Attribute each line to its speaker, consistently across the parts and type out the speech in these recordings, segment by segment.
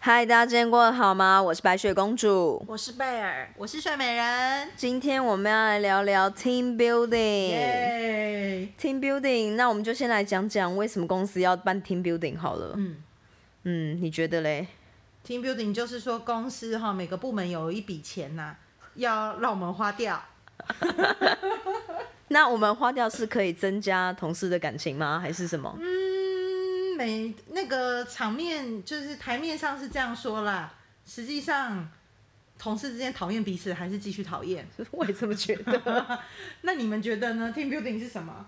Speaker 1: 嗨，大家今天过得好吗？我是白雪公主。
Speaker 2: 我是贝尔，我是睡美人。
Speaker 1: 今天我们要来聊聊 team building。
Speaker 2: 耶！
Speaker 1: team building，那我们就先来讲讲为什么公司要办 team building 好了。
Speaker 2: 嗯
Speaker 1: 嗯，你觉得嘞？
Speaker 2: ，team building 就是说公司哈每个部门有一笔钱呐、要让我们花掉。
Speaker 1: 那我们花掉是可以增加同事的感情吗？还是什么？
Speaker 2: 嗯，每那个场面就是台面上是这样说啦，实际上同事之间讨厌彼此还是继续讨厌。
Speaker 1: 我也这么觉得。
Speaker 2: 那你们觉得呢？team building 是什么？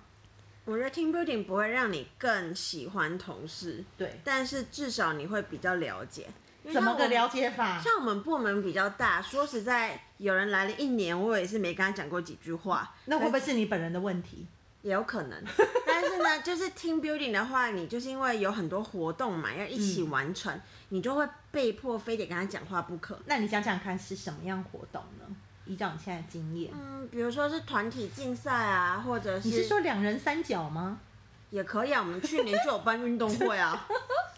Speaker 3: 我觉得 team building 不会让你更喜欢同事，
Speaker 2: 对，
Speaker 3: 但是至少你会比较了解。因为
Speaker 2: 怎么个
Speaker 3: 像
Speaker 2: 了解法
Speaker 3: 我？？像我们部门比较大，说实在，有人来了一年，我也是没跟他讲过几句话，
Speaker 2: 那会不会
Speaker 1: 呃
Speaker 2: 是你本人的问题？
Speaker 3: 也有可 能。但是呢，就是 team building 的话，你就是因为有很多活动嘛，要一起完成，
Speaker 2: 嗯
Speaker 3: 你就会被迫非得跟他讲话不可。
Speaker 2: 那你讲讲看是什么样活动呢？依照你现在的经验，
Speaker 3: 嗯，比如说是团体竞赛啊，或者是
Speaker 2: 你是说两人三角吗？
Speaker 3: 也可以啊。我们去年就有办运动 会啊，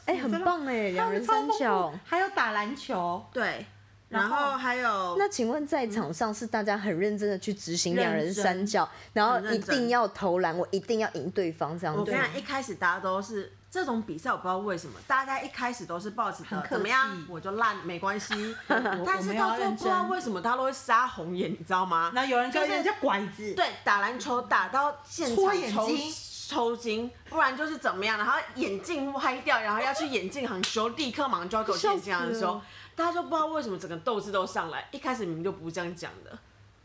Speaker 1: 哎、很棒哎，两人三
Speaker 3: 嗯
Speaker 1: 角。
Speaker 2: 还有打篮球，
Speaker 3: 对，
Speaker 2: 然
Speaker 3: 然
Speaker 2: 后
Speaker 3: 后还有
Speaker 1: 那请问在场上是大家很认真的去执行两人
Speaker 2: 认真
Speaker 1: 三角，然后
Speaker 3: 很认
Speaker 1: 一
Speaker 3: 真
Speaker 1: 定要投篮，我一定要赢对方这样
Speaker 3: 我
Speaker 1: 子
Speaker 3: 跟你。讲，一开始大家都是这种比赛，我不知道为什么，大家一开始都是抱持
Speaker 2: 很
Speaker 3: 着
Speaker 2: 客气
Speaker 3: 怎么样我就烂没关系，
Speaker 2: 我
Speaker 3: 但
Speaker 2: 我
Speaker 3: 是
Speaker 2: 们要
Speaker 3: 到最后
Speaker 2: 认
Speaker 3: 不知道
Speaker 2: 真
Speaker 3: 为什么大家都会杀红眼，你知道吗？
Speaker 2: 然后有人
Speaker 3: 就
Speaker 2: 跟
Speaker 3: 是
Speaker 2: 人家拐子，，
Speaker 3: 对打篮球打到现
Speaker 2: 戳
Speaker 3: 场
Speaker 2: 眼
Speaker 3: 抽
Speaker 2: 睛
Speaker 3: 抽筋，不然就是怎么样，然后眼镜歪掉，然后要去眼镜行修，立刻马上就要给我
Speaker 1: 笑
Speaker 3: 眼镜行
Speaker 1: 死
Speaker 3: 修
Speaker 1: 了。
Speaker 3: 大家就不知道为什么整个斗志都上来，一开始明明就不是这样讲的。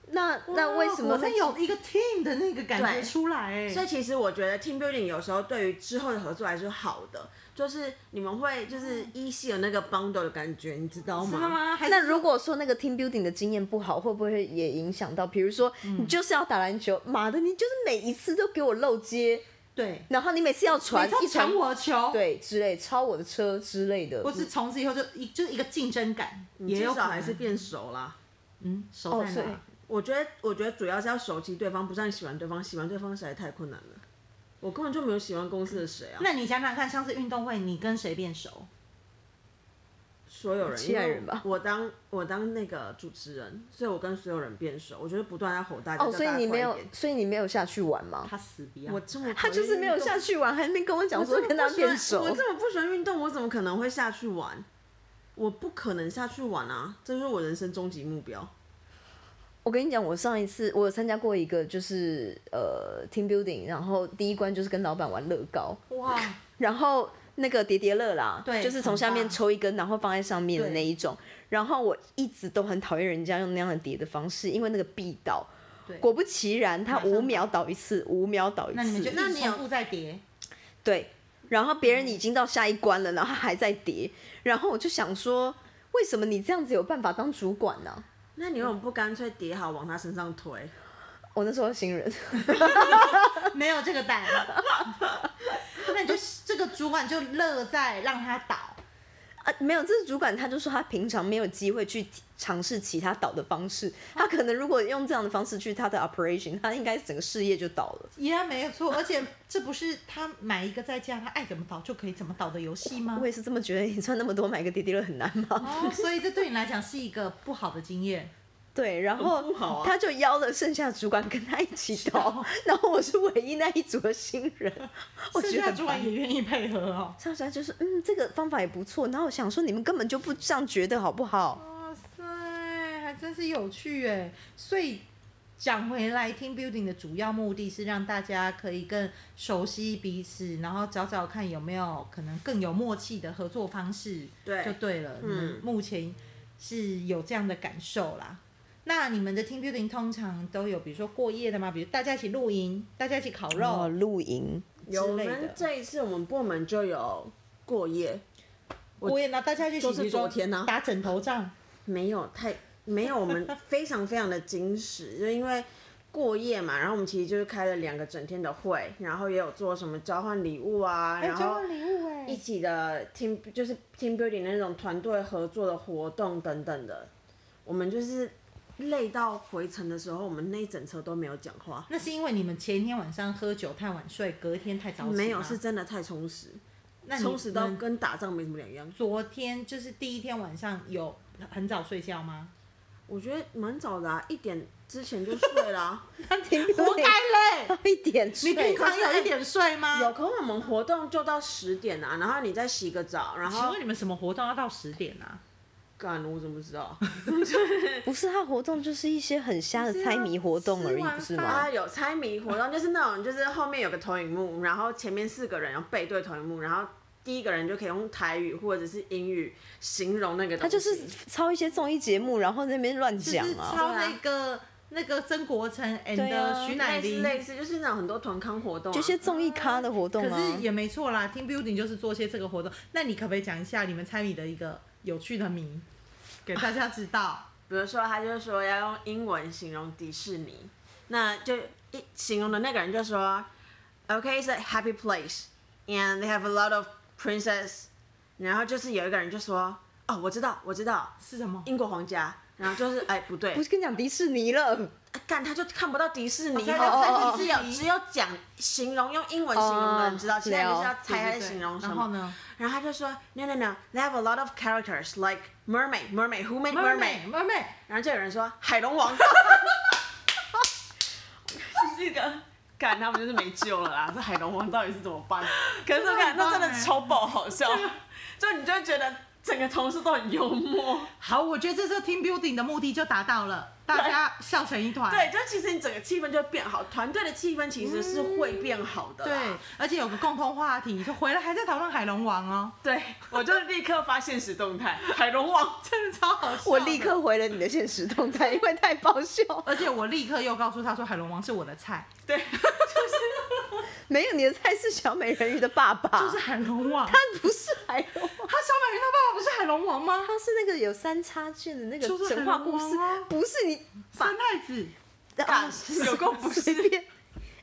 Speaker 1: 那那为什么
Speaker 2: 哦我们有一个 team 的那个感觉
Speaker 3: 对
Speaker 2: 出来？
Speaker 3: 所
Speaker 2: 哎，
Speaker 3: 以其实我觉得 team building 有时候对于之后的合作来说好的，就是你们会就是依稀有那个 bond 的感觉，你知道
Speaker 2: 真的
Speaker 3: 吗？
Speaker 2: 吗？还是
Speaker 1: 那如果说那个 team building 的经验不好，会不会也影响到？比如说，你就是要打篮球，妈的，你就是每一次都给我漏接，
Speaker 2: 对，
Speaker 1: 然后你每次要传
Speaker 2: 你知道
Speaker 1: 一传
Speaker 2: 抢，我球，，
Speaker 1: 对，之类，超我的车之类的。
Speaker 2: 或是从此以后就一就是一个竞争感，也
Speaker 3: 嗯至
Speaker 2: 有可
Speaker 3: 少
Speaker 2: 能
Speaker 3: 还是变熟啦。
Speaker 2: 嗯熟
Speaker 1: 哦
Speaker 2: 在
Speaker 1: 所
Speaker 2: 哪？
Speaker 1: 以
Speaker 3: 我觉得，我觉得主要是要熟悉对方，不是让你喜欢对方，喜欢对方实在太困难了。我根本就没有喜欢公司的谁啊，
Speaker 2: 那你想想看，上次运动会你跟谁变熟？
Speaker 3: 所有人，
Speaker 1: 其他
Speaker 3: 因为
Speaker 1: 人吧
Speaker 3: 我当我当那个主持人，所以我跟所有人变熟。我觉得不断在吼大家，
Speaker 1: 哦，
Speaker 3: 叫
Speaker 1: 所以
Speaker 3: 大家
Speaker 1: 你
Speaker 3: 快
Speaker 1: 没
Speaker 3: 一
Speaker 1: 有
Speaker 3: 点，啊
Speaker 1: 所以你没有下去玩吗？
Speaker 2: 他死不要
Speaker 3: 哦我这么
Speaker 1: 他就是没有下
Speaker 3: 去。
Speaker 1: 去玩，还没跟我讲说跟他变熟
Speaker 3: 我。这么不喜欢运动，我怎么可能会下去玩？我不可能下去玩啊！这就是我人生终极目标。
Speaker 1: 我跟你讲，我上一次我有参加过一个就是呃 team building，然后第一关就是跟老板玩乐高，
Speaker 2: 哇，
Speaker 1: 然后那个叠叠乐啦，
Speaker 2: 对
Speaker 1: 就是从下面抽一根，然后放在上面的那一种。然后我一直都很讨厌人家用那样的叠的方式，因为那个必倒
Speaker 2: 对。
Speaker 1: 果不其然，他
Speaker 2: 马上
Speaker 1: 五秒倒一次，五秒倒一
Speaker 2: 那你们就
Speaker 1: 次
Speaker 2: 一，
Speaker 3: 那
Speaker 2: 直嗯
Speaker 3: 你有
Speaker 2: 重复在叠，
Speaker 1: 对。然后别人已经到下一关了，然后他还在叠，然后我就想说，为什么你这样子有办法当主管呢、
Speaker 3: 那你为什么不干脆叠好往他身上推？
Speaker 1: 我那时候新人，
Speaker 2: 没有这个 胆，那你就这个主管就乐在让他倒。
Speaker 1: 啊，没有，这是主管他就说他平常没有机会去尝试其他倒的方式，他可能如果用这样的方式去他的 operation，他应该整个事业就倒了。
Speaker 2: 依然没有错，而且这不是他买一个在家，他爱怎么倒就可以怎么倒的游戏吗
Speaker 1: 我？也是这么觉得，你赚那么多买个滴滴乐很难吗？
Speaker 2: 哦，所以这对你来讲是一个不好的经验。
Speaker 1: 对，然
Speaker 3: 很不好
Speaker 1: 后
Speaker 3: 啊
Speaker 1: 他就邀了剩下主管跟他一起倒，然后我是唯一那一组的新人，我
Speaker 2: 剩
Speaker 1: 觉得
Speaker 2: 下
Speaker 1: 很
Speaker 2: 主管
Speaker 1: 烦
Speaker 2: 也愿意配合哦。
Speaker 1: 上下就是嗯，这个方法也不错。然后我想说，你们根本就不这样觉得好不好？
Speaker 2: 哇塞，还真是有趣哎！所以讲回来，team building 的主要目的是让大家可以更熟悉彼此，然后找找看有没有可能更有默契的合作方式，
Speaker 3: 对
Speaker 2: 就对了。
Speaker 3: 嗯
Speaker 2: 你们目前是有这样的感受啦。那你们的 team building 通常都有，比如说过夜的吗？比如大家一起露营，大家一起烤肉，
Speaker 1: 哦，露营
Speaker 3: 哦有，我
Speaker 2: 类的
Speaker 3: 们这一次我们部门就有过夜，
Speaker 2: 过夜，那大家就一起
Speaker 3: 就是
Speaker 2: 比如说
Speaker 3: 昨天啊
Speaker 2: 打枕头仗，
Speaker 3: 没有太没有，我 们非常非常的矜持，就因为过夜嘛，然后我们其实就是开了两个整天的会，然后也有做什么交换礼物啊，
Speaker 2: 还有
Speaker 3: 然
Speaker 2: 交
Speaker 3: 后
Speaker 2: 换礼物哎、
Speaker 3: 一起的 team 就是 team building 那种团队合作的活动等等的，我们就是累到回程的时候，我们那一整车都没有讲话，
Speaker 2: 那是因为你们前一天晚上喝酒太晚睡，隔天太早起吗
Speaker 3: 没有是真的太充实。
Speaker 2: 那你
Speaker 3: 充实到
Speaker 2: 们
Speaker 3: 跟打仗没什么两样。
Speaker 2: 昨天就是第一天晚上有很早睡觉 吗？
Speaker 3: 我觉得蛮早的、啊，一点之前就睡啊啦、
Speaker 2: 活该嘞！
Speaker 1: 一点睡
Speaker 2: 你平常有一点睡吗？
Speaker 3: 有，可我们活动就到十点啊，然后你再洗个澡，然
Speaker 2: 请
Speaker 3: 后
Speaker 2: 问你们什么活动要到十点啊？
Speaker 3: 干，我怎么知道？
Speaker 1: 不是他活动就是一些很瞎的
Speaker 3: 啊
Speaker 1: 猜谜活动而已，不是
Speaker 2: 啊
Speaker 1: 吗
Speaker 3: 他？有猜谜活动，就是那种就是后面有个投影幕，然后前面四个人要背对投影幕，然后第一个人就可以用台语或者是英语形容那个东西。
Speaker 1: 他就是抄一些综艺节目，然后在那边乱
Speaker 2: 就
Speaker 1: 讲
Speaker 2: 是
Speaker 1: 啊。
Speaker 2: 抄那个那个曾国成
Speaker 1: 对啊
Speaker 2: and 徐乃
Speaker 3: 类似
Speaker 2: 麟，
Speaker 3: 类似，就是那种很多团康活动、啊，
Speaker 1: 有些综艺咖的活动
Speaker 2: 可
Speaker 1: 啊
Speaker 2: 是，也没错啦。Team Building 就是做些这个活动。那你可不可以讲一下你们猜谜的一个有趣的谜，给大家知道？
Speaker 3: 比如说，他就说要用英文形容迪士尼，那就一形容的那个人就说，OK it's a happy place and they have a lot of princess，然后就是有一个人就说，哦我知道我知道
Speaker 2: 是什么？
Speaker 3: 英国皇家，然后就是哎不对
Speaker 1: 不，是跟你讲迪士尼了，
Speaker 3: 啊干他就看不到迪士尼，
Speaker 2: 哦
Speaker 3: 他就
Speaker 1: 哦哦
Speaker 3: 他
Speaker 1: 哦
Speaker 3: 就只有只有讲形容用英文形容的人知道，
Speaker 1: 哦
Speaker 3: 其他人就是要
Speaker 1: 了
Speaker 3: 猜他
Speaker 2: 对
Speaker 3: 在
Speaker 2: 对对
Speaker 3: 形容什
Speaker 2: 然后
Speaker 3: 么。
Speaker 2: 呢
Speaker 3: 然后他就说，No no no，they have a lot of characters like mermaid mermaid who made mermaid，
Speaker 2: 妹妹，
Speaker 3: 然后就有人说海龙 王。就是一个，干他们就是没救了啊啦！这海龙王到底是怎么办？ 可是我感觉那真的超爆好笑，就你就会觉得整个同事都很幽默。
Speaker 2: 好，我觉得这次 Team Building 的目的就达到了，大家笑成一团。
Speaker 3: 对，就其实你整个气氛就会变好，团队的气氛其实是会变好的
Speaker 2: 对
Speaker 3: 啦。，
Speaker 2: 而且有个共同话题，就回来还在讨论海龙王哦，
Speaker 3: 对，对我就立刻发现实动态，海龙王。
Speaker 2: 真的超好笑。
Speaker 1: 我立，刻回了你的现实动态，因为太爆 笑。
Speaker 2: 而且我立刻又告诉他说海龙王是我的菜，
Speaker 3: 对， 就是
Speaker 1: 没有，你的菜是小美人鱼的爸
Speaker 3: 啊
Speaker 1: 爸，
Speaker 2: 就是海龙王。
Speaker 1: 他不是海龙，
Speaker 2: 他小美人他爸爸不是海龙王吗？
Speaker 1: 他是那个有三叉剑的那个
Speaker 2: 就是
Speaker 1: 神
Speaker 2: 海
Speaker 1: 话
Speaker 2: 龙
Speaker 1: 故事
Speaker 2: 王啊，
Speaker 1: 不是你
Speaker 2: 三太子。
Speaker 1: 啊，
Speaker 3: 有够不是
Speaker 1: 随便。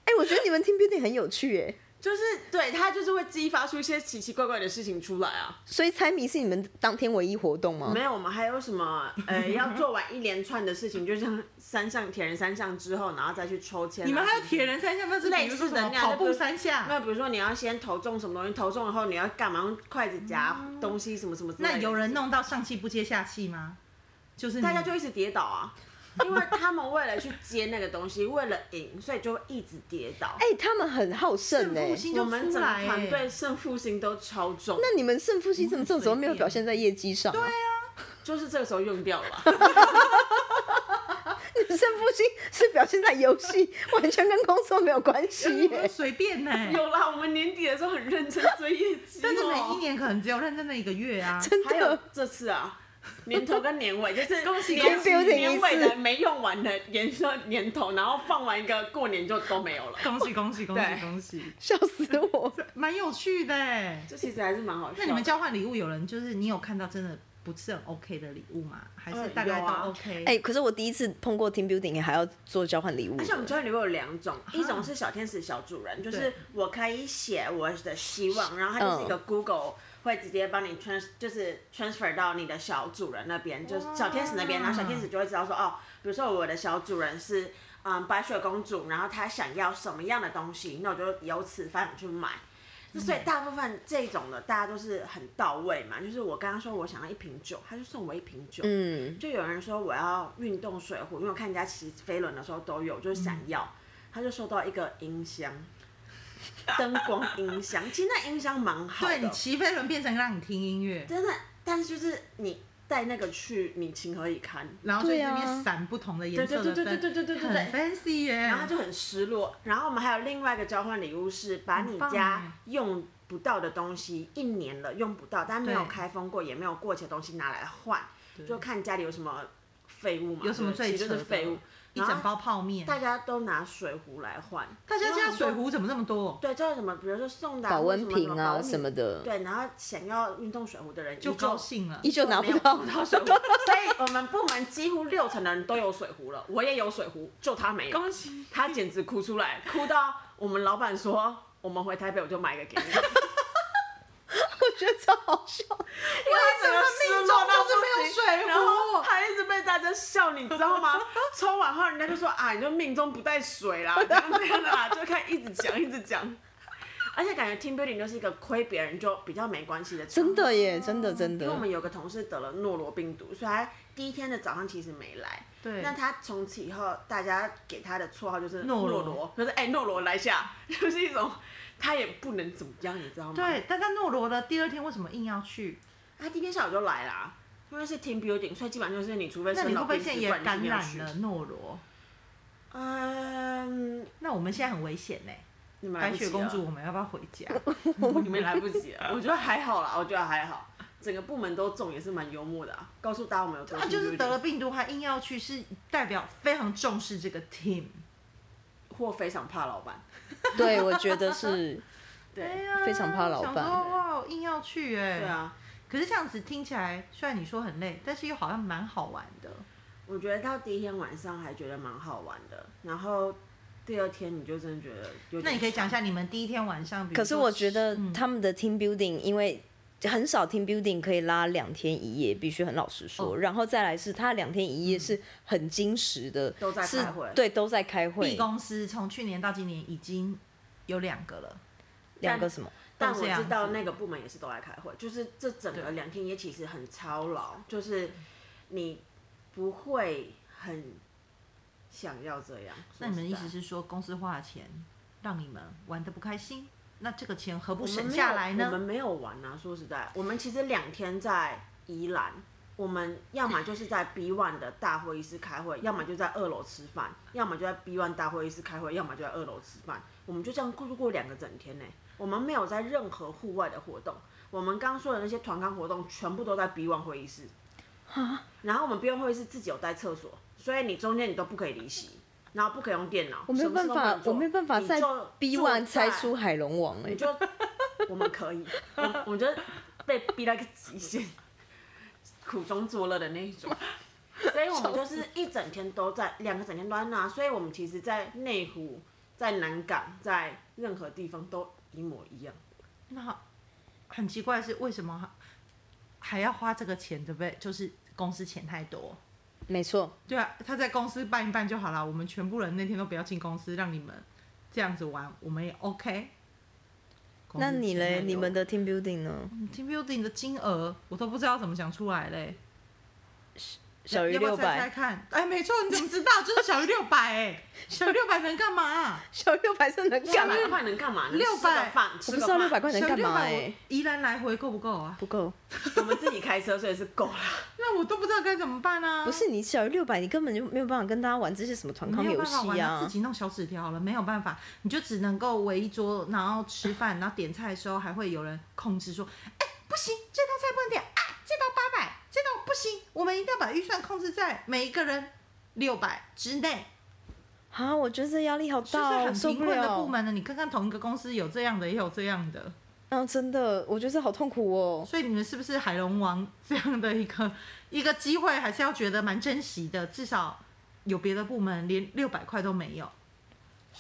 Speaker 1: 哎、我觉得你们听 Beauty 很有趣哎，
Speaker 3: 就是对他就是会激发出一些奇奇怪怪的事情出来啊。
Speaker 1: 所以猜谜是你们当天唯一活动
Speaker 2: 哦
Speaker 1: 吗？
Speaker 3: 没有，我们还有什么呃要做完一连串的事情，就像三项铁人三项之后，然后再去抽签啊、
Speaker 2: 你们还有
Speaker 3: 什么
Speaker 2: 铁人三项，那是比如说什么跑步三
Speaker 3: 那
Speaker 2: 下。
Speaker 3: 比如说你要先投中什么东西，投中以后你要干嘛？用筷子夹东西什么什么之类的
Speaker 2: 那有人弄到上气不接下气吗？就是你
Speaker 3: 大家就一直跌倒啊， 因为他们为了去接那个东西，为了赢，所以就会一直跌倒。
Speaker 1: 哎、他们很好胜
Speaker 2: 胜
Speaker 1: 哎
Speaker 2: 负。心
Speaker 3: 我
Speaker 2: 就出来、
Speaker 3: 们整个团队胜负心都超重，
Speaker 1: 那你们胜负心怎么这种时候没有
Speaker 2: 随便
Speaker 1: 表现在业绩上、啊？对啊，
Speaker 3: 就是这个时候用掉了 吧。
Speaker 1: 你们胜负心是表现在游戏，完全跟工作没有关系
Speaker 2: 我们
Speaker 1: 耶。
Speaker 2: 随便呢、
Speaker 3: 有哦啦，我们年底的时候很认真追业绩、哦，
Speaker 2: 但是每一年可能只有认真的一个月 啊。
Speaker 1: 真
Speaker 3: 还有
Speaker 1: 的，
Speaker 3: 这次啊，年头跟年尾就是
Speaker 2: 恭喜
Speaker 3: 年
Speaker 1: 恭喜 Building
Speaker 3: 年
Speaker 1: 一
Speaker 3: 尾
Speaker 1: 次
Speaker 3: 的没用完的延伸年头，然后放完一个过年就都没有了，
Speaker 2: 恭喜恭喜恭喜
Speaker 3: 对
Speaker 2: 恭喜，
Speaker 1: 笑死我！
Speaker 2: 蛮有趣的、欸。
Speaker 3: 这其实还是蛮好笑的。
Speaker 2: 那你们交换礼物，有人就是你有看到真的不是很 OK 的礼物吗？还是
Speaker 3: 嗯
Speaker 2: 大概
Speaker 3: 有
Speaker 2: 都
Speaker 3: 啊
Speaker 2: OK？、
Speaker 1: 哎、可是我第一次碰过 team building，还要做交换礼物
Speaker 3: 而且我们
Speaker 1: 的。啊
Speaker 3: 交换礼物有两种，一种是小天使小主人，就是我可以写我的希望，然后它就是一
Speaker 1: 嗯
Speaker 3: 个 Google 会直接帮你 trans 就是 transfer 到你的小主人那边，就是小天使那边，然后小天使就会知道说哦，比如说我的小主人是嗯白雪公主，然后她想要什么样的东西，那我就由此翻去买。就所以
Speaker 1: 嗯
Speaker 3: 大部分这种的，大家都是很到位嘛。就是我刚刚说我想要一瓶酒，他就送我一瓶酒。
Speaker 1: 嗯，
Speaker 3: 就有人说我要运动水壶，因为我看人家骑飞轮的时候都有，就是想
Speaker 2: 嗯
Speaker 3: 要，他就收到一个音箱，灯光音箱，其实那音箱蛮好
Speaker 2: 对你
Speaker 3: 的，
Speaker 2: 骑飞轮变成让你听音乐，
Speaker 3: 真的，但是就是你带那个去，你情何以堪？
Speaker 2: 然后就
Speaker 1: 对
Speaker 2: 这
Speaker 1: 啊
Speaker 2: 边闪不同的颜色的灯，
Speaker 3: 对对对对对对对对
Speaker 2: 很 fancy 耶、
Speaker 3: 然后他就很失落。然后我们还有另外一个交换礼物是把你
Speaker 2: 很棒哎
Speaker 3: 家用不到的东西，一年了用不到，但没有
Speaker 2: 对
Speaker 3: 开封过，也没有过期的东西拿来换，就看家里有什么废物嘛，
Speaker 2: 有什么
Speaker 3: 对
Speaker 2: 最
Speaker 3: 其实
Speaker 2: 扯
Speaker 3: 就
Speaker 2: 的？
Speaker 3: 是废物。
Speaker 2: 一整包泡面。
Speaker 3: 啊大家都拿水壶来换，
Speaker 2: 大家
Speaker 3: 因为
Speaker 2: 家
Speaker 3: 很
Speaker 2: 水
Speaker 3: 多
Speaker 2: 壶怎么那么多？
Speaker 3: 对，叫什么？比如说送的啊
Speaker 1: 保温
Speaker 3: 或者什
Speaker 1: 瓶
Speaker 3: 么保
Speaker 1: 啊
Speaker 3: 温
Speaker 1: 什么的，
Speaker 3: 对，然后想要运动水壶的人
Speaker 2: 就
Speaker 3: 依旧
Speaker 2: 高兴了。
Speaker 1: 依旧拿
Speaker 3: 没有
Speaker 1: 不到
Speaker 3: 用。到水壶，所以我们部门几乎六成的人都有水壶了，我也有水壶，就他没有，
Speaker 2: 喜！
Speaker 3: 他简直哭出来，哭到我们老板说，我们回台北我就买一个给你，
Speaker 1: 我觉得超好笑。
Speaker 3: 为什
Speaker 2: 么命中就是没有水壶
Speaker 3: 然后还一直被大家笑，你知 道吗？抽完后人啊家就说啊，你就命中不带水啦，这样这样的啦，就看一直讲一直讲。而且感觉 team building 就是一个亏别人就比较没关系的。
Speaker 1: 真的耶，真的真
Speaker 3: 哦因为我
Speaker 1: 的
Speaker 3: 们，有个同事得了诺罗病毒，所以他第一天的早上其实没来。
Speaker 2: 对
Speaker 3: 那他从此以后，大家给他的绰号就是
Speaker 2: 诺
Speaker 3: 诺
Speaker 2: 罗
Speaker 3: 罗，就是哎诺罗来一下， 就是一种他也不能怎么样，你知道吗？，
Speaker 2: 对，但但诺罗的第二天为什么硬要去？
Speaker 3: 他第一天下午就来啦，因为是 team building，所以基本上就是你除非
Speaker 2: 那
Speaker 3: 生
Speaker 2: 你会
Speaker 3: 老
Speaker 2: 不会
Speaker 3: 病
Speaker 2: 现在
Speaker 3: 死，
Speaker 2: 也
Speaker 3: 不然你是
Speaker 2: 感
Speaker 3: 没有
Speaker 2: 染
Speaker 3: 去
Speaker 2: 了。诺罗？
Speaker 3: 嗯，
Speaker 2: 那我们现在很危险呢、
Speaker 3: 你们来
Speaker 2: 白
Speaker 3: 不及啊
Speaker 2: 雪
Speaker 3: 了
Speaker 2: 公主，我们要不要回家？
Speaker 3: 你们来不及了。我觉得还好啦，我觉得还好，整个部门都中也是蛮幽默的、啊，告诉大家我们有多
Speaker 2: 啊，就是得
Speaker 3: team
Speaker 2: 了病毒还硬要去，是代表非常重视这个 team。
Speaker 3: building，或非常怕老板。
Speaker 1: 对我觉得是
Speaker 3: 对
Speaker 2: 啊
Speaker 1: 非常怕老
Speaker 2: 想
Speaker 1: 板
Speaker 2: 说哇，硬要去哎、
Speaker 3: 对啊，
Speaker 2: 可是这样子听起来，虽然你说很累，但是又好像蛮好玩的。
Speaker 3: 我觉得到第一天晚上还觉得蛮好玩的，然后第二天你就真的觉得有点。
Speaker 2: 那你可以讲一下你们第一天晚上，比如
Speaker 1: 可是
Speaker 2: 说
Speaker 1: 我觉得
Speaker 2: 嗯
Speaker 1: 他们的 team building，因为很少 team building 可以拉两天一夜，必须很老实说。
Speaker 2: 哦
Speaker 1: 然后再来是他两天一夜是很矜持的，
Speaker 3: 都在
Speaker 1: 是
Speaker 3: 开会
Speaker 1: 对，都在开
Speaker 2: B
Speaker 1: 会，
Speaker 2: 公司从去年到今年已经有两个了，
Speaker 1: 两个什么。
Speaker 3: 但
Speaker 2: 都
Speaker 3: 我
Speaker 2: 这样
Speaker 3: 知
Speaker 2: 子
Speaker 3: 道那个部门也是都来开会，就是这整个
Speaker 2: 对嗯
Speaker 3: 两天也其实很操劳，就是你不会很想要这样。
Speaker 2: 那你们的意思
Speaker 3: 说
Speaker 2: 是说，公司花了钱让你们玩的不开心，那这个钱何不
Speaker 3: 实在
Speaker 2: 省下来
Speaker 3: 我
Speaker 2: 呢？
Speaker 3: 们没有？我们没有玩啊，说实在，我们其实两天在宜兰，我们要么就是在 B One 的大会议室开会，要么就在二楼吃饭，要么就在 B One 大会议室开会，要么就在二楼吃饭。我们就这样过过两个整天呢、我们没有在任何户外的活动，我们刚刚说的那些团康活动全部都在 B One 会议室。然后我们 B One 会议室自己有带厕所，所以你中间你都不可以离席。然后不可以用电脑，
Speaker 1: 我没有
Speaker 3: 什
Speaker 1: 办
Speaker 3: 么事都不
Speaker 1: 法
Speaker 3: 能，
Speaker 1: 我
Speaker 3: 做
Speaker 1: 没有办法
Speaker 3: 你
Speaker 1: 在
Speaker 3: 就
Speaker 1: B
Speaker 3: 坐
Speaker 1: one 猜
Speaker 3: 在
Speaker 1: 出海龙王哎、
Speaker 3: 你就我们可以，我我觉得被逼到一个极限，苦中作乐的那一种。所以我们就是一整天都在，两个整天都在那，所以我们其实，在内湖、在南港、在任何地方都一模一样。
Speaker 2: 那很奇怪的是为什么还要花这个钱，对不对？就是公司钱太多。
Speaker 1: 没错，
Speaker 2: 对啊，他在公司办一办就好了。我们全部人那天都不要进公司，让你们这样子玩，我们也 OK。
Speaker 1: 那你嘞？你们
Speaker 2: 的
Speaker 1: 的 team building 呢？
Speaker 2: 嗯 team building 的金额，我都不知道怎么想出来嘞。
Speaker 1: 小于
Speaker 2: 要不要
Speaker 1: 六
Speaker 2: 猜猜
Speaker 1: 百，
Speaker 2: 看？哎，没错，你怎么知道？就是小于六百哎，小于六百能干嘛、 啊
Speaker 1: 小于六百是能干嘛？
Speaker 3: 啊六百能干嘛
Speaker 2: 600
Speaker 3: 呢？吃个饭，
Speaker 1: 我不
Speaker 3: 吃个
Speaker 1: 知道
Speaker 3: 饭
Speaker 1: 六百块能
Speaker 2: 小于
Speaker 1: 干
Speaker 2: 六
Speaker 1: 嘛
Speaker 2: 百，
Speaker 1: 哎、
Speaker 2: 我宜兰来回够不够啊？
Speaker 1: 不够，
Speaker 3: 我们自己开车，所以是够了。
Speaker 2: 那我都不知道该怎么办啊。
Speaker 1: 不是你小于六百，你根本就没有办法跟大家玩这些什么团康
Speaker 2: 没有
Speaker 1: 游
Speaker 2: 办法玩
Speaker 1: 戏
Speaker 2: 了，自
Speaker 1: 啊。
Speaker 2: 己弄小纸条了，没有办法，你就只能够围一桌，然后吃饭，然后点菜的时候还会有人控制说，哎、不行，这道菜不能点啊，这道八百，这道不行，我们一定要把预算控制在每一个人六百之内，
Speaker 1: 啊，我觉得这压力好
Speaker 2: 就
Speaker 1: 大
Speaker 2: 是
Speaker 1: 哦，
Speaker 2: 很
Speaker 1: 受
Speaker 2: 贫
Speaker 1: 不
Speaker 2: 困的部
Speaker 1: 了。
Speaker 2: 门呢。你看看同一个公司有这样的，也有这样的，
Speaker 1: 嗯，真的，我觉得这好痛苦哦。
Speaker 2: 所以你们是不是海龙王这样的一个一个机会，还是要觉得蛮珍惜的，至少有别的部门连六百块都没有。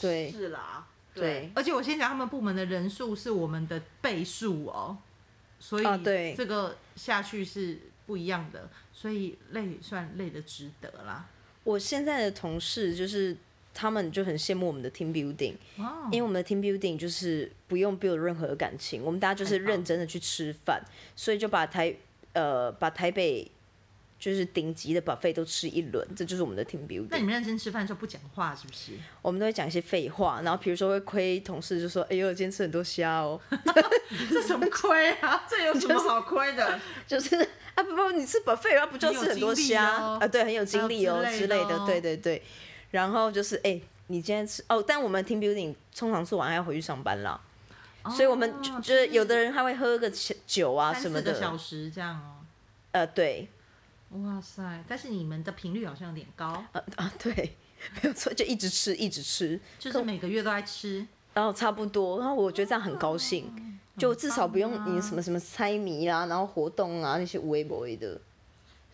Speaker 1: 对
Speaker 3: 是啦，
Speaker 1: 对，
Speaker 2: 而且我先讲，他们部门的人数是我们的倍数哦，所以
Speaker 1: 啊对
Speaker 2: 这个下去是不一样的，所以累也算累的值得啦。
Speaker 1: 我现在的同事就是他们就很羡慕我们的 team building，
Speaker 2: 哇，
Speaker 1: 因为我们的 team building 就是不用 build 任何的感情，我们大家就是
Speaker 2: 太棒
Speaker 1: 认真的去吃饭，所以就把台呃把台北就是顶级的 buffet 都吃一轮，这就是我们的 team
Speaker 2: 那
Speaker 1: building
Speaker 2: 你。们认真吃饭的时候不讲话是 不是？
Speaker 1: 我们都会讲一些废话，然后比如说会亏同事就说：“哎呦，今天吃很多虾哦。
Speaker 2: 这什么亏啊？
Speaker 3: 这有什么好 亏的？”
Speaker 1: 就是 啊不不，你吃 buffet 啊不就吃很多虾、
Speaker 2: 很有精力哦
Speaker 1: 啊？对，很有精力哦
Speaker 2: 还有之
Speaker 1: 之
Speaker 2: 类
Speaker 1: 类
Speaker 2: 的哦
Speaker 1: 的，对对对。然后就是哎、你今天吃哦，但我们 team building 通常做完还要回去上班啦，所以我们就就是有的人还会喝个酒啊
Speaker 2: 哦三
Speaker 1: 什
Speaker 2: 四
Speaker 1: 么
Speaker 2: 个
Speaker 1: 的，
Speaker 2: 小时这样哦。
Speaker 1: 呃对，
Speaker 2: 哇塞！但是你们的频率好像有点高，
Speaker 1: 呃啊对，没有错，就一直吃一直吃，
Speaker 2: 就是每个月都在吃。
Speaker 1: 然后差不多，然后我觉得这样很高兴，就至少不用
Speaker 2: 哦棒啊
Speaker 1: 你什么什么猜谜啦、然后活动啊那些无微不微的，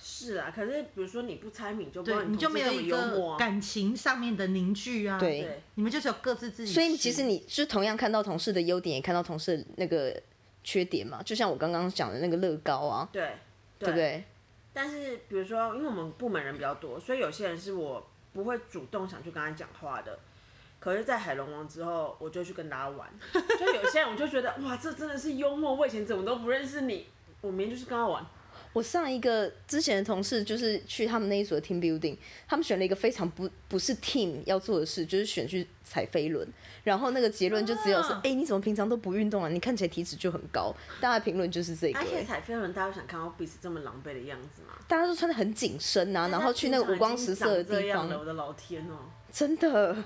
Speaker 3: 是啊，可是比如说你不猜谜，就不
Speaker 2: 对，
Speaker 3: 会
Speaker 2: 你就没有一
Speaker 3: 幽默
Speaker 2: 个
Speaker 3: 啊。
Speaker 2: 感情上面的凝聚啊。
Speaker 1: 对
Speaker 3: 对，
Speaker 2: 你们就是有各自自己吃。
Speaker 1: 所以其实你就是同样看到同事的优点，也看到同事的那个缺点嘛，就像我刚刚讲的那个乐高啊，
Speaker 3: 对，
Speaker 1: 对不对？
Speaker 3: 但是比如说，因为我们部门人比较多，所以有些人是我不会主动想去跟他讲话的。可是，在海龙王之后，我就去跟大家玩，就有些人我就觉得哇，这真的是幽默，我以前怎么都不认识你，我明天就是跟他玩。
Speaker 1: 我上一个之前的同事就是去他们那一组的 team building，他们选了一个非常不不是 team 要做的事，就是选去踩飞轮，然后那个结论就只有说，哎、
Speaker 3: 啊
Speaker 1: 你怎么平常都不运动啊？你看起来体脂就很高。大家的评论就是这个、
Speaker 3: 而且
Speaker 1: 欸
Speaker 3: 踩飞轮，大家有想看到彼此这么狼狈的样子吗？
Speaker 1: 大家都穿的很紧身啊，然后去那个五光十色的
Speaker 3: 大家平常已经长这
Speaker 1: 地
Speaker 3: 样了
Speaker 1: 方，
Speaker 3: 我的老天哦、
Speaker 1: 真的。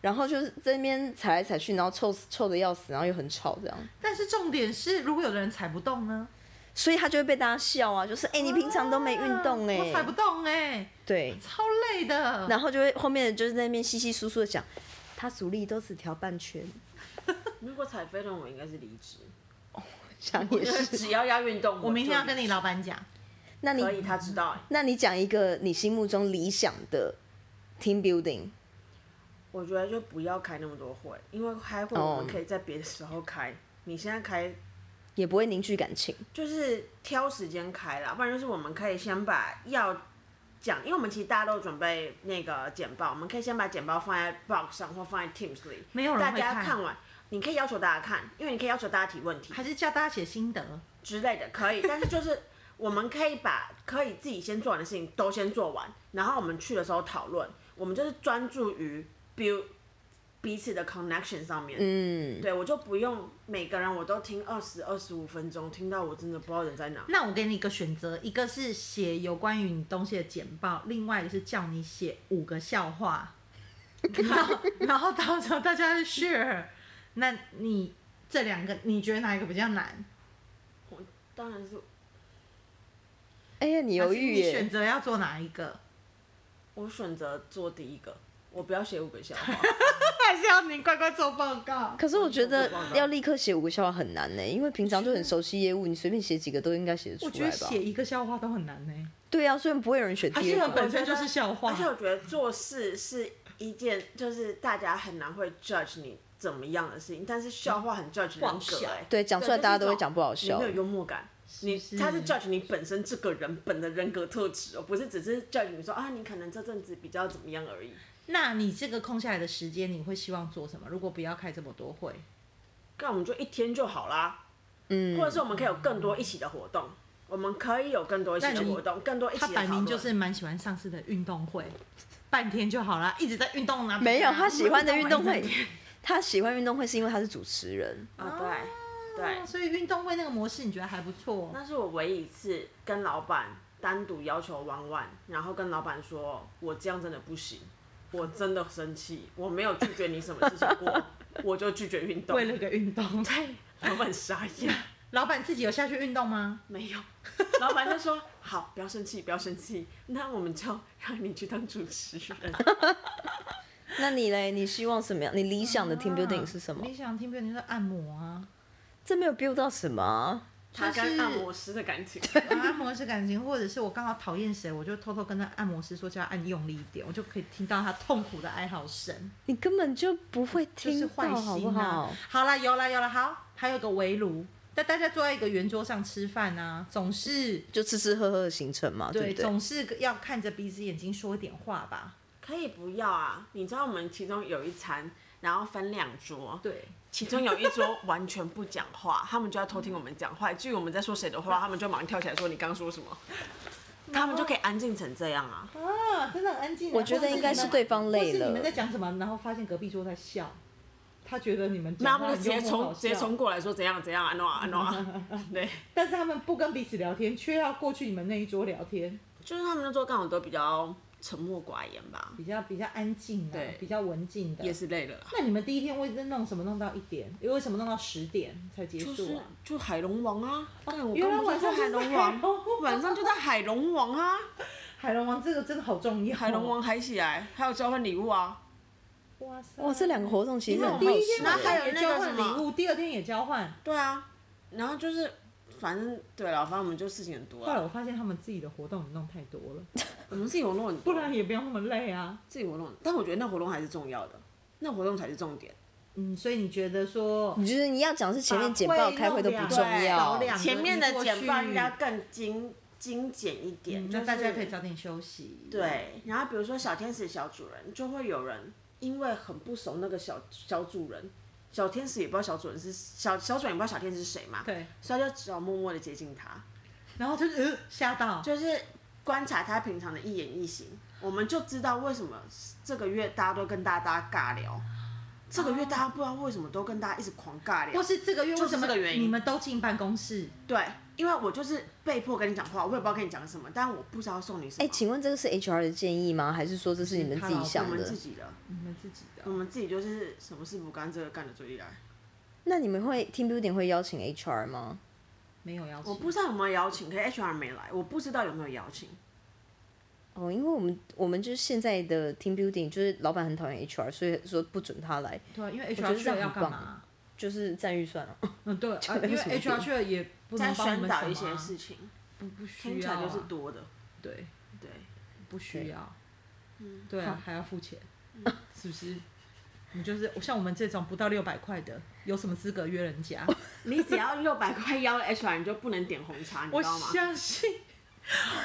Speaker 1: 然后就是在那边踩来踩去，然后臭臭的要死，然后又很吵这样，
Speaker 2: 但是重点是，如果有的人踩不动呢？
Speaker 1: 所以他就会被大家笑啊，就是哎、欸你平常都没运动哎、
Speaker 2: 啊我踩不动哎、
Speaker 1: 对，
Speaker 2: 超累的。
Speaker 1: 然后就会后面就是在那边稀稀疏疏的讲，他阻力都只调半圈，
Speaker 3: 如果踩飞轮，我应该是离职。
Speaker 1: 想
Speaker 3: 我
Speaker 1: 也
Speaker 3: 觉得
Speaker 1: 是。
Speaker 3: 只要要运 动，
Speaker 2: 我明天要
Speaker 3: 就
Speaker 2: 跟你老板讲，
Speaker 1: 那
Speaker 3: 可以，
Speaker 1: 你
Speaker 3: 他知道欸、
Speaker 1: 那你讲一个你心目中理想的 team building，
Speaker 3: 我觉得就不要开那么多会，因为开会
Speaker 1: 哦
Speaker 3: 我们可以在别的时候开。你现在开
Speaker 1: 也不会凝聚感情。
Speaker 3: 就是挑时间开啦，不然就是我们可以先把要讲，因为我们其实大家都有准备那个简报，我们可以先把简报放在 box 上或放在 Teams 里，
Speaker 2: 没有人
Speaker 3: 大
Speaker 2: 会
Speaker 3: 家
Speaker 2: 看，
Speaker 3: 看完。你可以要求大家看，因为你可以要求大家提问题
Speaker 2: 还是叫大家写心得。
Speaker 3: 之类的，可以。但是就是我们可以把可以自己先做完的事情都先做完，然后我们去的时候讨论，我们就是专注于 build 彼此的 connection 上面。
Speaker 1: 嗯，
Speaker 3: 对，我就不用每个人我都听二十二十五分钟，听到我真的不知道人在哪。
Speaker 2: 那我给你一个选择，一个是写有关于你东西的简报，另外一个是叫你写五个 笑话，然后然后到时候大家 share。那你这两个，你觉得哪一个比较难？
Speaker 3: 当然是，
Speaker 1: 哎呀，你犹
Speaker 2: 还是
Speaker 1: 豫
Speaker 2: 你选
Speaker 1: 耶，
Speaker 2: 择要做哪一个？
Speaker 3: 我选择做第一个，我不要写五个笑话。
Speaker 2: 还是要你乖乖做报告？
Speaker 1: 可是我觉得
Speaker 3: 我忘了
Speaker 1: 要立刻写五个笑话很难呢，因为平常就很熟悉业务，你随便写几个都应该写得
Speaker 2: 我
Speaker 1: 出
Speaker 2: 觉得
Speaker 1: 来吧。
Speaker 2: 写一个笑话都很难呢、欸
Speaker 1: 对啊，虽然不会有人选
Speaker 2: 还
Speaker 1: 第
Speaker 2: 是
Speaker 1: 二
Speaker 2: 它
Speaker 1: 个，
Speaker 2: 本身就是笑话
Speaker 3: 而且。我觉得做事是一件，就是大家很难会 judge 你怎么样的事情，但是笑话很 judge
Speaker 2: 不好
Speaker 3: 人格、
Speaker 2: 笑
Speaker 3: 欸。
Speaker 1: 对讲出来
Speaker 3: 就是
Speaker 1: 大家都会
Speaker 3: 一种
Speaker 1: 讲不好
Speaker 3: 你
Speaker 1: 笑
Speaker 3: 没有幽默感。你
Speaker 2: 是
Speaker 3: 他是 judge 你本身这个人本的人格特质哦，不是只是 judge 你说啊，你可能这阵子比较怎么样而已。
Speaker 2: 那你这个空下来的时间，你会希望做什么？如果不要开这么多会，
Speaker 3: 那我们就一天就好啦。嗯，或者是我们可以有更多一起的活动，我们可以有更多一起
Speaker 2: 那
Speaker 3: 的
Speaker 2: 你
Speaker 3: 活动，更多一起
Speaker 2: 他
Speaker 3: 的讨
Speaker 2: 摆
Speaker 3: 论。
Speaker 2: 明就是蛮喜欢上次的运动会，半天就好啦，一直在运动啊。
Speaker 1: 没有他喜欢的运动会
Speaker 2: 一整天，
Speaker 1: 他喜欢运动会是因为他是主持人，
Speaker 3: 啊，对对
Speaker 2: 哦， 所以运动会那个模式你觉得还不错？哦
Speaker 3: 那是我唯一一次跟老板单独要求玩玩，然后跟老板说我这样真的不行，我真的生气，我没有拒绝你什么事情 过，我就拒绝运动
Speaker 2: 为。了个运动，对，
Speaker 3: 老板傻眼，
Speaker 2: 老板自己有下去运动吗？
Speaker 3: 没有。老板就说好，不要生气，不要生气，那我们就让你去当主持 人。
Speaker 1: 那你嘞？你希望什么样？你理想的
Speaker 2: 啊
Speaker 1: team building 是什么
Speaker 2: 你？想听 building 是按摩啊，
Speaker 1: 这没有 build 到什么啊，
Speaker 3: 他
Speaker 2: 就
Speaker 3: 跟
Speaker 2: 是
Speaker 3: 按摩师的感情。
Speaker 2: 按摩是感情，或者是我刚好讨厌谁，我就偷偷跟那按摩师说叫他按用力一点，我就可以听到他痛苦的哀嚎声，
Speaker 1: 你根本就不会
Speaker 2: 就
Speaker 1: 听
Speaker 2: 是
Speaker 1: 到，
Speaker 2: 坏
Speaker 1: 好不
Speaker 2: 心啊
Speaker 1: 好？。
Speaker 2: 好啦，有啦有啦，好，还有个围炉，但大家坐在一个圆桌上吃饭啊，总是
Speaker 1: 就吃吃喝喝的行程嘛，
Speaker 2: 对，
Speaker 1: 对不对？
Speaker 2: 总是要看着彼此眼睛说一点话吧。
Speaker 3: 可以不要啊！你知道我们其中有一餐，然后分两桌，
Speaker 2: 对，
Speaker 3: 其中有一桌完全不讲话，他们就要偷听我们讲话。至于我们在说谁的 话，他们就马上跳起来说你刚说什么，他们就可以安静成这样啊！
Speaker 2: 啊，真的很安静啊。
Speaker 1: 我觉得应该是对方累了
Speaker 2: 或是你们在讲什么，然后发现隔壁桌在笑，他觉得你们讲
Speaker 3: 那他
Speaker 2: 话
Speaker 3: 们就直接
Speaker 2: 很幽默
Speaker 3: 冲
Speaker 2: 好
Speaker 3: 直接
Speaker 2: 笑
Speaker 3: 冲过来说怎样怎样啊诺 啊诺啊，对，
Speaker 2: 但是他们不跟彼此聊天，却要过去你们那一桌聊天，
Speaker 3: 就是他们那桌刚好都比较沉默寡言吧，
Speaker 2: 比较比较安静的、
Speaker 3: 对
Speaker 2: 比较文静的。
Speaker 3: 也是累了啦。
Speaker 2: 那你们第一天为弄什么弄到一点？又为什么弄到十点才结
Speaker 3: 就
Speaker 2: 束
Speaker 3: 是
Speaker 2: 啊？
Speaker 3: 就海龙王啊，干我
Speaker 2: 原来
Speaker 3: 刚不是说
Speaker 2: 晚上就
Speaker 3: 海
Speaker 2: 是
Speaker 3: 龙
Speaker 2: 海
Speaker 3: 王，
Speaker 2: 龙
Speaker 3: 晚上就在海龙王啊，
Speaker 2: 海龙王这个真的好重要。
Speaker 3: 海龙，王海起 来，还有交换礼物啊。
Speaker 2: 哇塞！
Speaker 1: 哇，这两个活动其实很
Speaker 3: 你
Speaker 1: 好
Speaker 2: 第一天
Speaker 1: 吃
Speaker 3: 那
Speaker 2: 晚
Speaker 3: 还
Speaker 1: 欸。
Speaker 2: 上也
Speaker 3: 有那个
Speaker 2: 交
Speaker 3: 什
Speaker 2: 换
Speaker 3: 么
Speaker 2: 礼物，第二天也交换。
Speaker 3: 对啊，然后就是反正对了，反正我们就事情很多
Speaker 2: 后来
Speaker 3: 啊，
Speaker 2: 我发现他们自己的活动也弄太多了，
Speaker 3: 我们自己活动很多，
Speaker 2: 不然也不用那么累啊。
Speaker 3: 自己活动，但我觉得那活动还是重要的，那活动才是重点。
Speaker 2: 嗯，所以你觉得说
Speaker 1: 你就是你要讲是前面简
Speaker 2: 把
Speaker 1: 报、
Speaker 2: 会
Speaker 1: 开会都不
Speaker 2: 弄
Speaker 1: 重
Speaker 2: 两对少
Speaker 1: 要，
Speaker 2: 两个
Speaker 3: 前面的简
Speaker 2: 移过
Speaker 3: 报
Speaker 2: 去
Speaker 3: 应该更精精简一点，
Speaker 2: 嗯
Speaker 3: 就
Speaker 2: 那
Speaker 3: 是
Speaker 2: 大家可以早点休息？，
Speaker 3: 对。然后比如说小天使小主人，就会有人因为很不熟那个小小主人，小天使也不知道小主人是小小主人也不知道小天使是谁嘛，
Speaker 2: 对，
Speaker 3: 所以他就只好默默的接近他，
Speaker 2: 然后就是呃吓到，
Speaker 3: 就是观察他平常的一言一行，我们就知道为什么这个月大家都跟大家尬聊，这个月大家不知道为什么都跟大家一直狂尬聊
Speaker 2: 或，是这个月为
Speaker 3: 就是
Speaker 2: 什么
Speaker 3: 这个原因
Speaker 2: 你们都进办公室？
Speaker 3: 对，因为我就是被迫跟你讲话，我也不知道跟你讲什么，但我不知道送你什
Speaker 1: 哎、
Speaker 3: 么，
Speaker 1: 请问这个是 HR 的建议吗？还是说这是你们自己
Speaker 3: 我
Speaker 1: 想
Speaker 3: 们
Speaker 1: 的
Speaker 3: 自？己的，
Speaker 2: 你们自己的
Speaker 3: 我们自己就是什么事不干，这个干的最厉害。
Speaker 1: 那你们会 Team Building 会邀请 HR 吗？
Speaker 2: 没有邀请，
Speaker 3: 我不知道有没有邀请，可是 HR 没来，我不知道有没有邀请。
Speaker 1: 哦，因为我们我们就是现在的 Team Building，就是老板很讨厌 HR，所以说不准他来，
Speaker 2: 对啊，因为
Speaker 1: 觉得
Speaker 2: HR 去了
Speaker 1: 这样
Speaker 2: 要
Speaker 1: 很
Speaker 2: 干
Speaker 1: 棒
Speaker 2: 嘛？
Speaker 1: 就是占预算了、啊。
Speaker 2: 嗯，对，啊
Speaker 1: 没
Speaker 2: 因为
Speaker 1: 什么
Speaker 2: HR
Speaker 1: 用
Speaker 2: 去了也不
Speaker 3: 在
Speaker 2: 能帮我
Speaker 3: 宣
Speaker 2: 们
Speaker 3: 导
Speaker 2: 什
Speaker 3: 一些
Speaker 2: 么啊，
Speaker 3: 事情，
Speaker 2: 不不需
Speaker 3: 听起
Speaker 2: 要
Speaker 3: 来
Speaker 2: 啊，
Speaker 3: 就是多的，
Speaker 2: 对，
Speaker 3: 对，
Speaker 2: 不需
Speaker 1: 对
Speaker 2: 要，
Speaker 3: 嗯
Speaker 2: 对啊，还要付钱， 是不是？你就是像我们这种不到六百块的，有什么资格约人家？
Speaker 3: 你只要六百块邀 HR，你就不能点红茶，你
Speaker 2: 我
Speaker 3: 知道吗？
Speaker 2: 相信，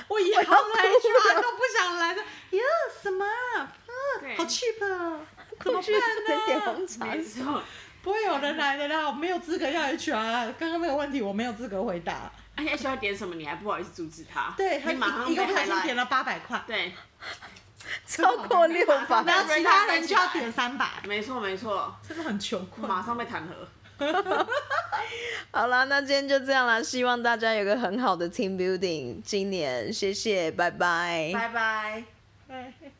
Speaker 2: 我以后来 HR 都不想来的。哟，什么啊？
Speaker 3: 对
Speaker 2: 好 cheap 啊！怎么
Speaker 1: 过去不能点
Speaker 2: 办呢？
Speaker 1: 红茶，
Speaker 3: 没错。
Speaker 2: 不会有人来的啦，我没有资格要 HR。刚刚那个问题我没有资格回答。
Speaker 3: 而且 HR 点什么，你还不好意思阻止他？
Speaker 2: 对他
Speaker 3: 你马上
Speaker 2: 一一个不小心
Speaker 3: 来
Speaker 2: 点。了八百块，
Speaker 3: 对，
Speaker 1: 超过六百
Speaker 3: 马
Speaker 2: 然
Speaker 3: 上
Speaker 2: 后其他人就要点三百，
Speaker 3: 没错没错，
Speaker 2: 真的很穷困。
Speaker 3: 马上被弹 劾。
Speaker 1: 好啦，那今天就这样啦，希望大家有个很好的 team building。今年，谢谢，拜拜
Speaker 3: 拜拜。
Speaker 2: 哎